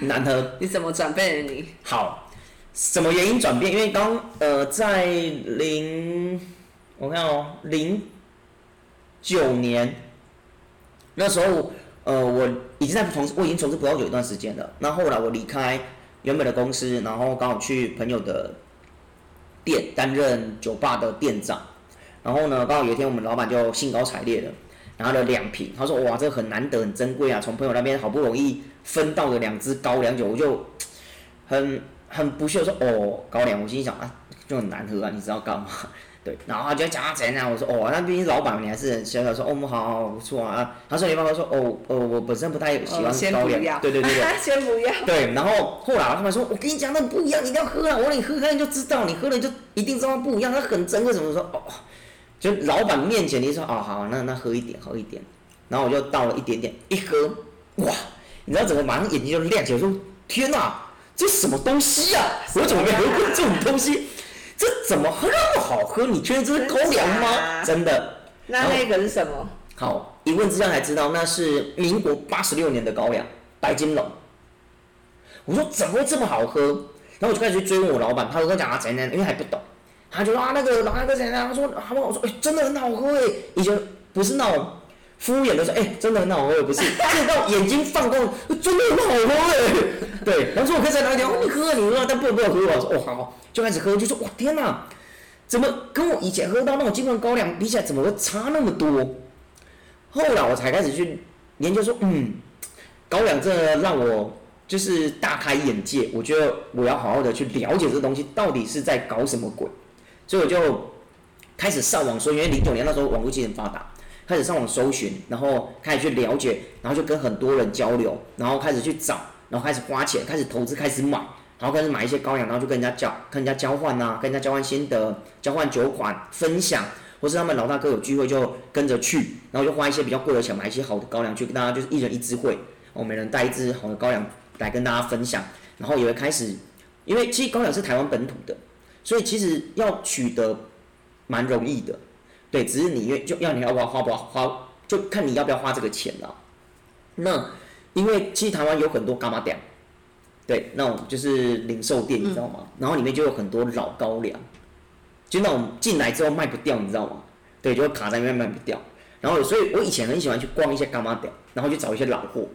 难喝。你怎么转变了你？好，什么原因转变？因为刚呃，在零，我看哦，零九年那时候，呃，我已经在从我已经从事葡萄酒一段时间了。那后来我离开原本的公司，然后刚好去朋友的店担任酒吧的店长。然后呢，刚好有一天我们老板就兴高采烈的拿了两瓶，他说：“哇，这很难得，很珍贵啊！从朋友那边好不容易分到的两支高粱酒，我就很很不屑地说哦高粱，我心里想啊就很难喝啊，你知道干嘛？ 对，然后他就讲啊怎样，我说哦，那毕竟老板你还是很小小说哦，我们好好不错啊。他说你爸爸说哦呃我本身不太喜欢哦先高不粱，要， 对对对对，，先不要。对，然后后来他们说，我跟你讲，那不一样，你一定要喝啊！我让你喝看你就知道，你喝了就一定知道不一样，它很珍贵。什么说哦，就老板面前你说哦好，那那喝一点，喝一点。然后我就倒了一点点，一喝，哇！你知道怎么马上眼睛就亮起来，我说天哪、这什么东西 呀、我怎么没喝过这种东西？这怎么喝那么好喝？你确定这是高粱吗？ 真的。那那个是什么？好，一问之下才知道那是民国八十六年的高粱白金龙。我说怎么会这么好喝？然后我就开始去追问我老板，他就跟我讲啊怎样，因为还不懂，他就说啊那个老大哥怎样，他说好不好？我说哎、真的很好喝哎、以前不是那种敷衍的说哎、真的很好喝，不是，是到眼睛放光，真的很好喝哎、对，然后说我可以再拿一点，哦你喝啊你喝啊，但不能不能喝啊，我说哦好，就开始喝，就说哇天哪，怎么跟我以前喝到那种金门高粱比起来，怎么会差那么多？后来我才开始去研究说，嗯，高粱真的让我就是大开眼界。我觉得我要好好的去了解这东西到底是在搞什么鬼，所以我就开始上网搜，因为零九年那时候网络其实很发达，开始上网搜寻，然后开始去了解，然后就跟很多人交流，然后开始去找，然后开始花钱，开始投资，开始买。然后开始买一些高粱，然后就跟人家交，跟人家交换啊，跟人家交换心得，交换酒款，分享，或是他们老大哥有聚会就跟着去，然后就花一些比较贵的钱买一些好的高粱去，跟大家就是一人一支会，我、每人带一支好的高粱来跟大家分享，然后也会开始，因为其实高粱是台湾本土的，所以其实要取得蛮容易的，对，只是你愿就要你要不要花不花花，就看你要不要花这个钱了、那因为其实台湾有很多伽马店，对，那种就是零售店，你知道吗？然后里面就有很多老高粱，就那种进来之后卖不掉，你知道吗？对，就会卡在那边卖不掉。然后所以我以前很喜欢去逛一些伽马店，然后去找一些老货。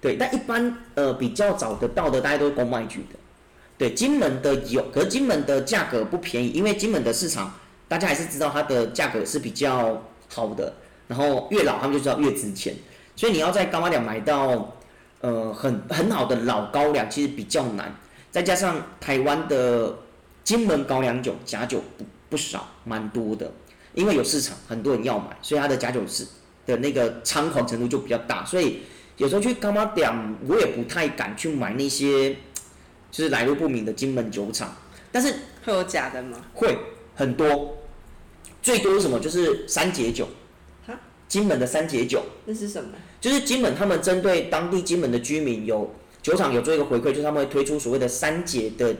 对，但一般呃比较找得到的，大家都是公卖局的。对，金门的有，可是金门的价格不便宜，因为金门的市场大家还是知道它的价格是比较好的，然后越老他们就知道越值钱，所以你要在高粱店买到呃很很好的老高粱其实比较难，再加上台湾的金门高粱酒假酒不不少，蛮多的，因为有市场，很多人要买，所以它的假酒是的那个猖狂程度就比较大，所以有时候去高粱店我也不太敢去买那些就是来路不明的金门酒厂，但是会有假的吗？会很多，最多是什么？就是三节酒哈，金门的三节酒，那是什么？就是金门他们针对当地金门的居民有酒厂有做一个回馈，就是他们会推出所谓的三节的，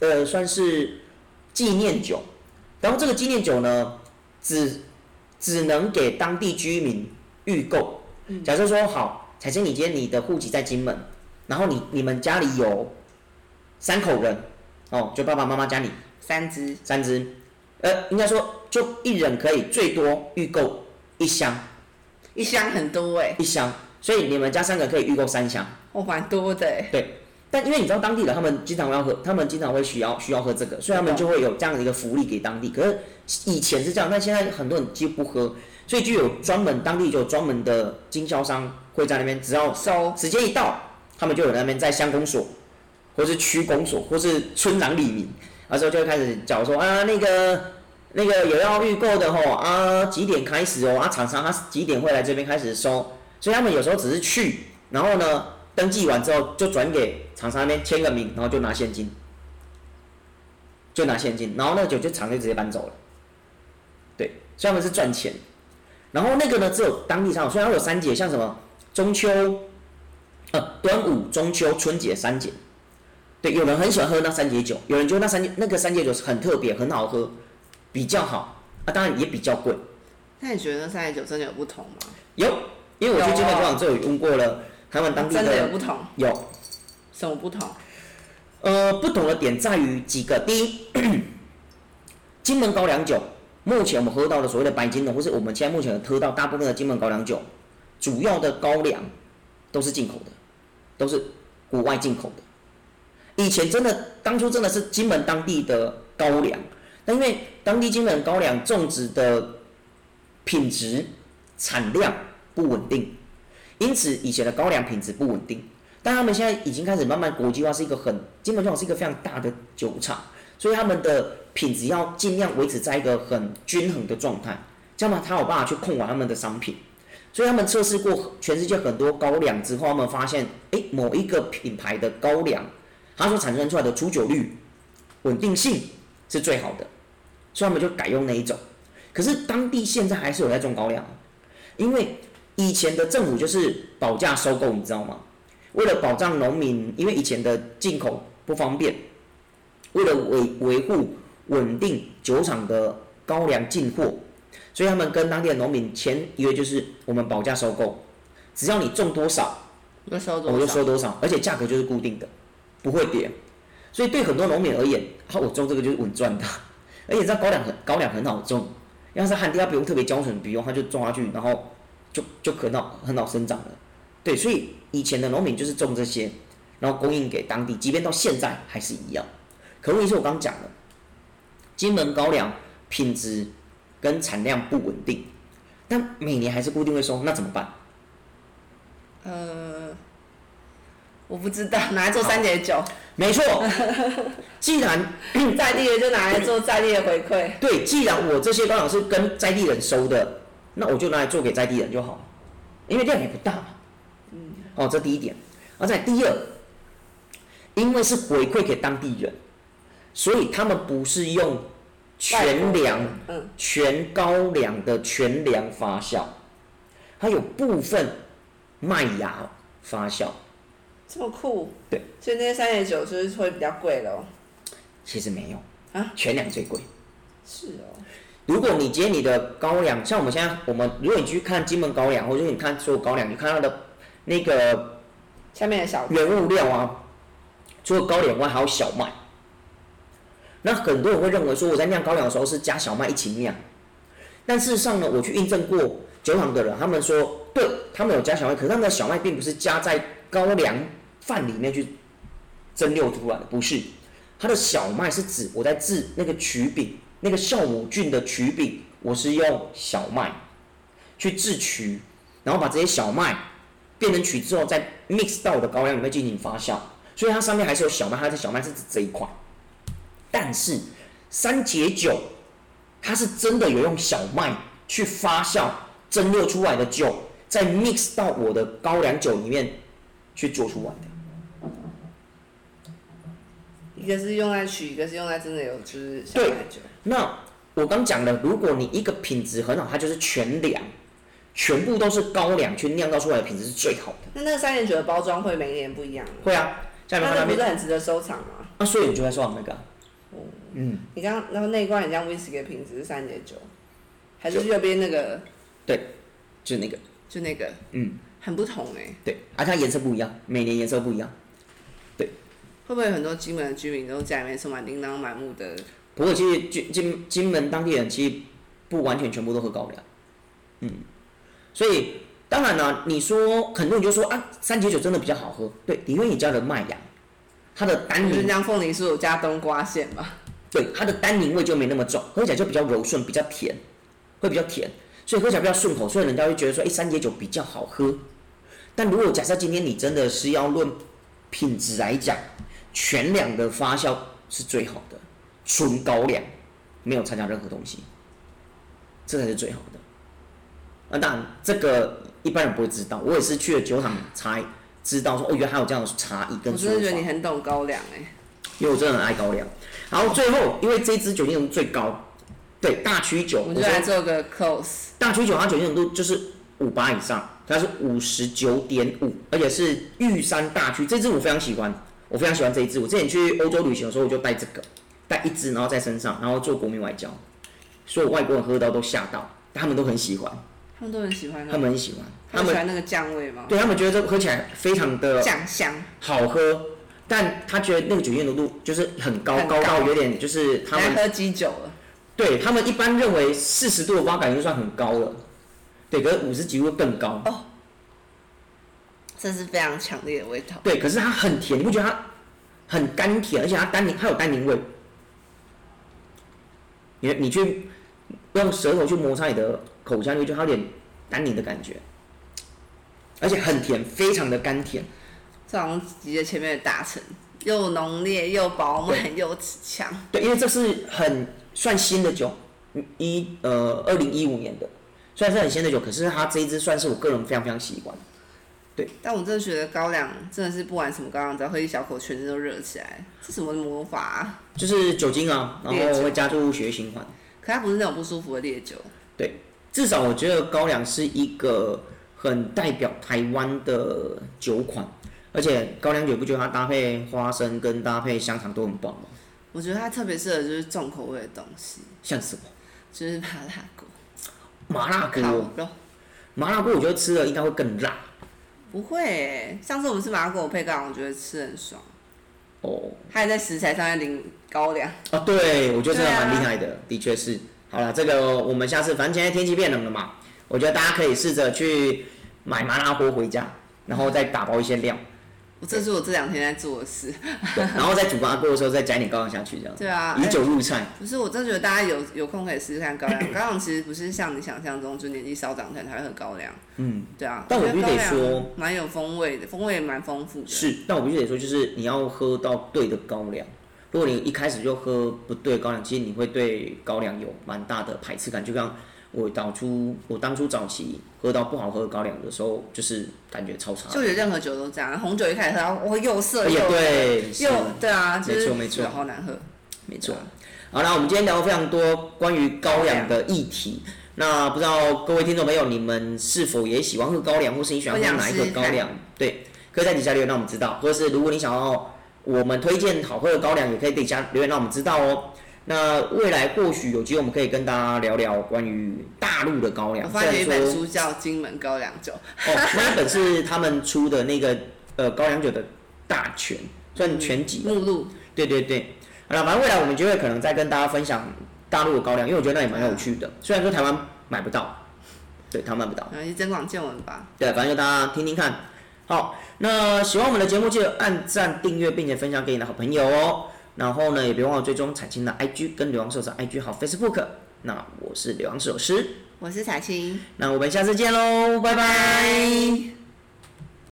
呃，算是纪念酒。然后这个纪念酒呢，只只能给当地居民预购。假设说好，彩青，你今天你的户籍在金门，然后你你们家里有三口人，哦，就爸爸妈妈加你三只三支，呃，应该说就一人可以最多预购一箱，一箱很多哎、一箱，所以你们家三个可以预购三箱。我蛮多的哎、但因为你知道当地人他们经常要喝，他们经常会需要需要喝这个，所以他们就会有这样的一个福利给当地。可是以前是这样，但现在很多人几乎不喝，所以就有专门当地就有专门的经销商会在那边，只要收时间一到，他们就有人在那边在乡公所，或是区公所，或是村长里民，那时候就会开始讲说啊，那个那个有要预购的吼啊，几点开始哦？啊，厂商他几点会来这边开始收？所以他们有时候只是去，然后呢，登记完之后就转给厂商那边签个名，然后就拿现金，就拿现金，然后那个酒就厂就直接搬走了。对，所以他们是赚钱。然后那个呢，只有当地才有，所以它有哎三节，像什么中秋、呃端午、中秋、春节三节。对，有人很喜欢喝那三节酒，有人觉得那三节那个三节酒是很特别，很好喝，比较好啊，当然也比较贵。那你觉得三十九真的有不同吗？有，因为我去有金门哦广场之后有问过了台湾当地真的有的不同？有，什么不同？呃，不同的点在于几个，第一， 金门高粱酒，目前我们喝到的所谓的白金的，或是我们现在目前喝到大部分的金门高粱酒，主要的高粱都是进口的，都是国外进口的。以前真的，当初真的是金门当地的高粱，那因为当地金门高粱种植的品质、产量不稳定，因此以前的高粱品质不稳定。但他们现在已经开始慢慢国际化，是一个很基本上是一个非常大的酒厂，所以他们的品质要尽量维持在一个很均衡的状态，这样嘛，他有办法去控管他们的商品。所以他们测试过全世界很多高粱之后，他们发现，诶，某一个品牌的高粱，它所产生出来的出酒率、稳定性是最好的，所以他们就改用那一种。可是当地现在还是有在种高粱，因为以前的政府就是保价收购，你知道吗？为了保障农民，因为以前的进口不方便，为了维维护稳定酒厂的高粱进货，所以他们跟当地的农民签约，就是我们保价收购，只要你种多少，你收我多就少？收多少，而且价格就是固定的，不会跌。所以对很多农民而言，啊，我种这个就是稳赚的。 而且你知道高粱很高粱很好种，要是旱地它不用特别浇水，不用它就种下去，然后就就很好很好生长了。对，所以以前的农民就是种这些，然后供应给当地，即便到现在还是一样。可问题是我刚讲了，金门高粱品质跟产量不稳定，但每年还是固定会收，那怎么办？呃，我不知道，拿来做三节酒，没错，既然在地的就拿来做在地的回馈。对，既然我这些高粱是跟在地人收的，那我就拿来做给在地人就好了，因为量也不大嘛。嗯。哦，这第一点。而在第二，因为是回馈给当地人，所以他们不是用全粮、嗯，全高粱的全粮发酵，它有部分麦芽发酵，这么酷。对，所以那些三节酒就是会比较贵喽。其实没有啊，全粮最贵。是哦，如果你接你的高粱，像我们现在，我们如果你去看金门高粱，或者是你看所有高粱，你看它的那个下面的小原物料啊，除了高粱外，还有小麦。那很多人会认为说，我在酿高粱的时候是加小麦一起酿，但事实上呢，我去印证过酒厂的人，他们说，对他们有加小麦，可是他们的小麦并不是加在高粱饭里面去蒸馏出来的，不是，它的小麦是指我在制那个曲饼，那个酵母菌的曲饼，我是用小麦去制曲，然后把这些小麦变成曲之后，再 mix 到我的高粱里面进行发酵，所以它上面还是有小麦，它的小麦是指这一块。但是三节酒，它是真的有用小麦去发酵蒸馏出来的酒，再 mix 到我的高粱酒里面去做出来的。一个是用来取，一个是用来真的有就是小对麦酒。那我刚讲了，如果你一个品质很好，它就是全粮，全部都是高粱去酿造出来的品质是最好的。那那个三年酒的包装会每年不一样吗？会啊，下面那看那那不边是，很值得收藏吗？那、所以你就会说那个啊，嗯，你刚刚然后那一罐很像威士忌的瓶子是三节酒，还是右边那个就是那个，就那个嗯，很不同哎、对，而、且它颜色不一样，每年颜色不一样。会不会有很多金门的居民都家里面充满琳琅满目的？不过其实金金金门当地人其实不完全全部都喝高粱，嗯，所以当然了，你说很多人就说啊，三节酒真的比较好喝，对，因为你加了麦芽，它的单就是宁像凤梨酥有加冬瓜馅嘛？对，它的单宁味就没那么重，喝起来就比较柔顺，比较甜，会比较甜，所以喝起来比较顺口，所以人家会觉得说，哎，三节酒比较好喝。但如果假设今天你真的是要论品质来讲，全粮的发酵是最好的，纯高粱，没有掺加任何东西，这才是最好的。那当然，这个一般人不会知道，我也是去了酒厂才知道说，哦，原来还有这样的差异我跟说真法。的觉得你很懂高粱哎、因为我真的很爱高粱。然后最后，因为这一支酒精浓度最高，对大曲酒，我我们就说来做个 close，大曲酒它酒精浓度就是五八以上，它是五十九点五，而且是玉山大曲。这支我非常喜欢，我非常喜欢这一支。我之前去欧洲旅行的时候，我就带这个，带一支，然后在身上，然后做国民外交，所有外国人喝到都吓到，他们都很喜欢，他们都很喜欢他的。们很喜欢，他他们喜们欢那个酱味吗？对他们觉得这个喝起来非常的酱香，好喝，但他觉得那个酒精浓度就是很高，很高高到有点就是他们来喝鸡酒了。对他们一般认为四十度的八感就算很高了，对，可是五十几度更高。哦这是非常强烈的味道，对，可是它很甜，你不觉得它很甘甜，而且它单宁，它有单宁味。你你去用舌头去摩擦你的口腔，你会觉得它有点单宁的感觉，而且很甜，非常的甘甜。这好像集结前面的大成，又浓烈又饱满又持强。对，因为这是很算新的酒，嗯一呃二零一五年的，虽然是很新的酒，可是它这一支算是我个人非常非常喜欢。但我真的觉得高粱真的是不管什么高粱，只要喝一小口，全身都热起来，这什么魔法、啊？就是酒精啊，然烈酒后会加入血液循环。可它不是那种不舒服的烈酒，至少我觉得高粱是一个很代表台湾的酒款，而且高粱酒不觉得它搭配花生跟搭配香肠都很棒吗？我觉得它特别适合就是重口味的东西，像什么就是麻辣锅、麻辣锅烤，肉。麻辣锅我觉得吃了应该会更辣不会、欸，上次我们吃麻辣锅配高粱，我觉得吃得很爽。哦它还在食材上面淋高粱，啊！对，我觉得这个对啊蛮厉害的，的确是。好了，这个我们下次反正现在天气变冷了嘛，我觉得大家可以试着去买麻辣锅回家，然后再打包一些料，我这是我这两天在做的事。 对，然后在煮麻辣锅的时候再加一点高粱下去，这样对啊，以哎酒入菜。不是，我真的觉得大家有有空可以试试看高 粱。高粱其实不是像你想象中，就年纪稍长的人才会喝高粱。嗯，对啊，但我觉必须高得粱说蛮有风味的，风味也蛮丰富的。是，但我必须得说，就是你要喝到对的高粱。如果你一开始就喝不对高粱，其实你会对高粱有蛮大的排斥感。就像我当初我当初早期喝到不好喝的高粱的时候，就是感觉超差。就我觉得任何酒都这样，红酒一开始喝到，哇，又涩而且又哎对，是又对啊，就是没错没错酒好难喝。没错。啊好啦，我们今天聊了非常多关于高粱的议题。那不知道各位听众朋友，你们是否也喜欢喝高粱，或是你喜欢喝哪一个高我想试试粱？对，可以在底下留言让我们知道，或是如果你想要我们推荐好喝的高粱，也可以底下留言让我们知道哦。那未来或许有机会，我们可以跟大家聊聊关于大陆的高我粱。发虽现有然一说本书叫《金门高粱酒》，哦，那一本是他们出的那个呃高粱酒的大全，算全集吧。目录对对对，好了，反正未来我们就会可能再跟大家分享大陆的高粱，因为我觉得那也蛮有趣的。虽然说台湾买不到，对，台湾买不到，然后一些增广见闻吧。对，反正就大家听听看。好，那喜欢我们的节目，记得按赞、订阅，并且分享给你的好朋友哦。然后呢，也别忘了追踪彩青的 IG 跟刘洋手的 IG 好 Facebook。那我是刘洋手师，我是彩青，那我们下次见喽，拜拜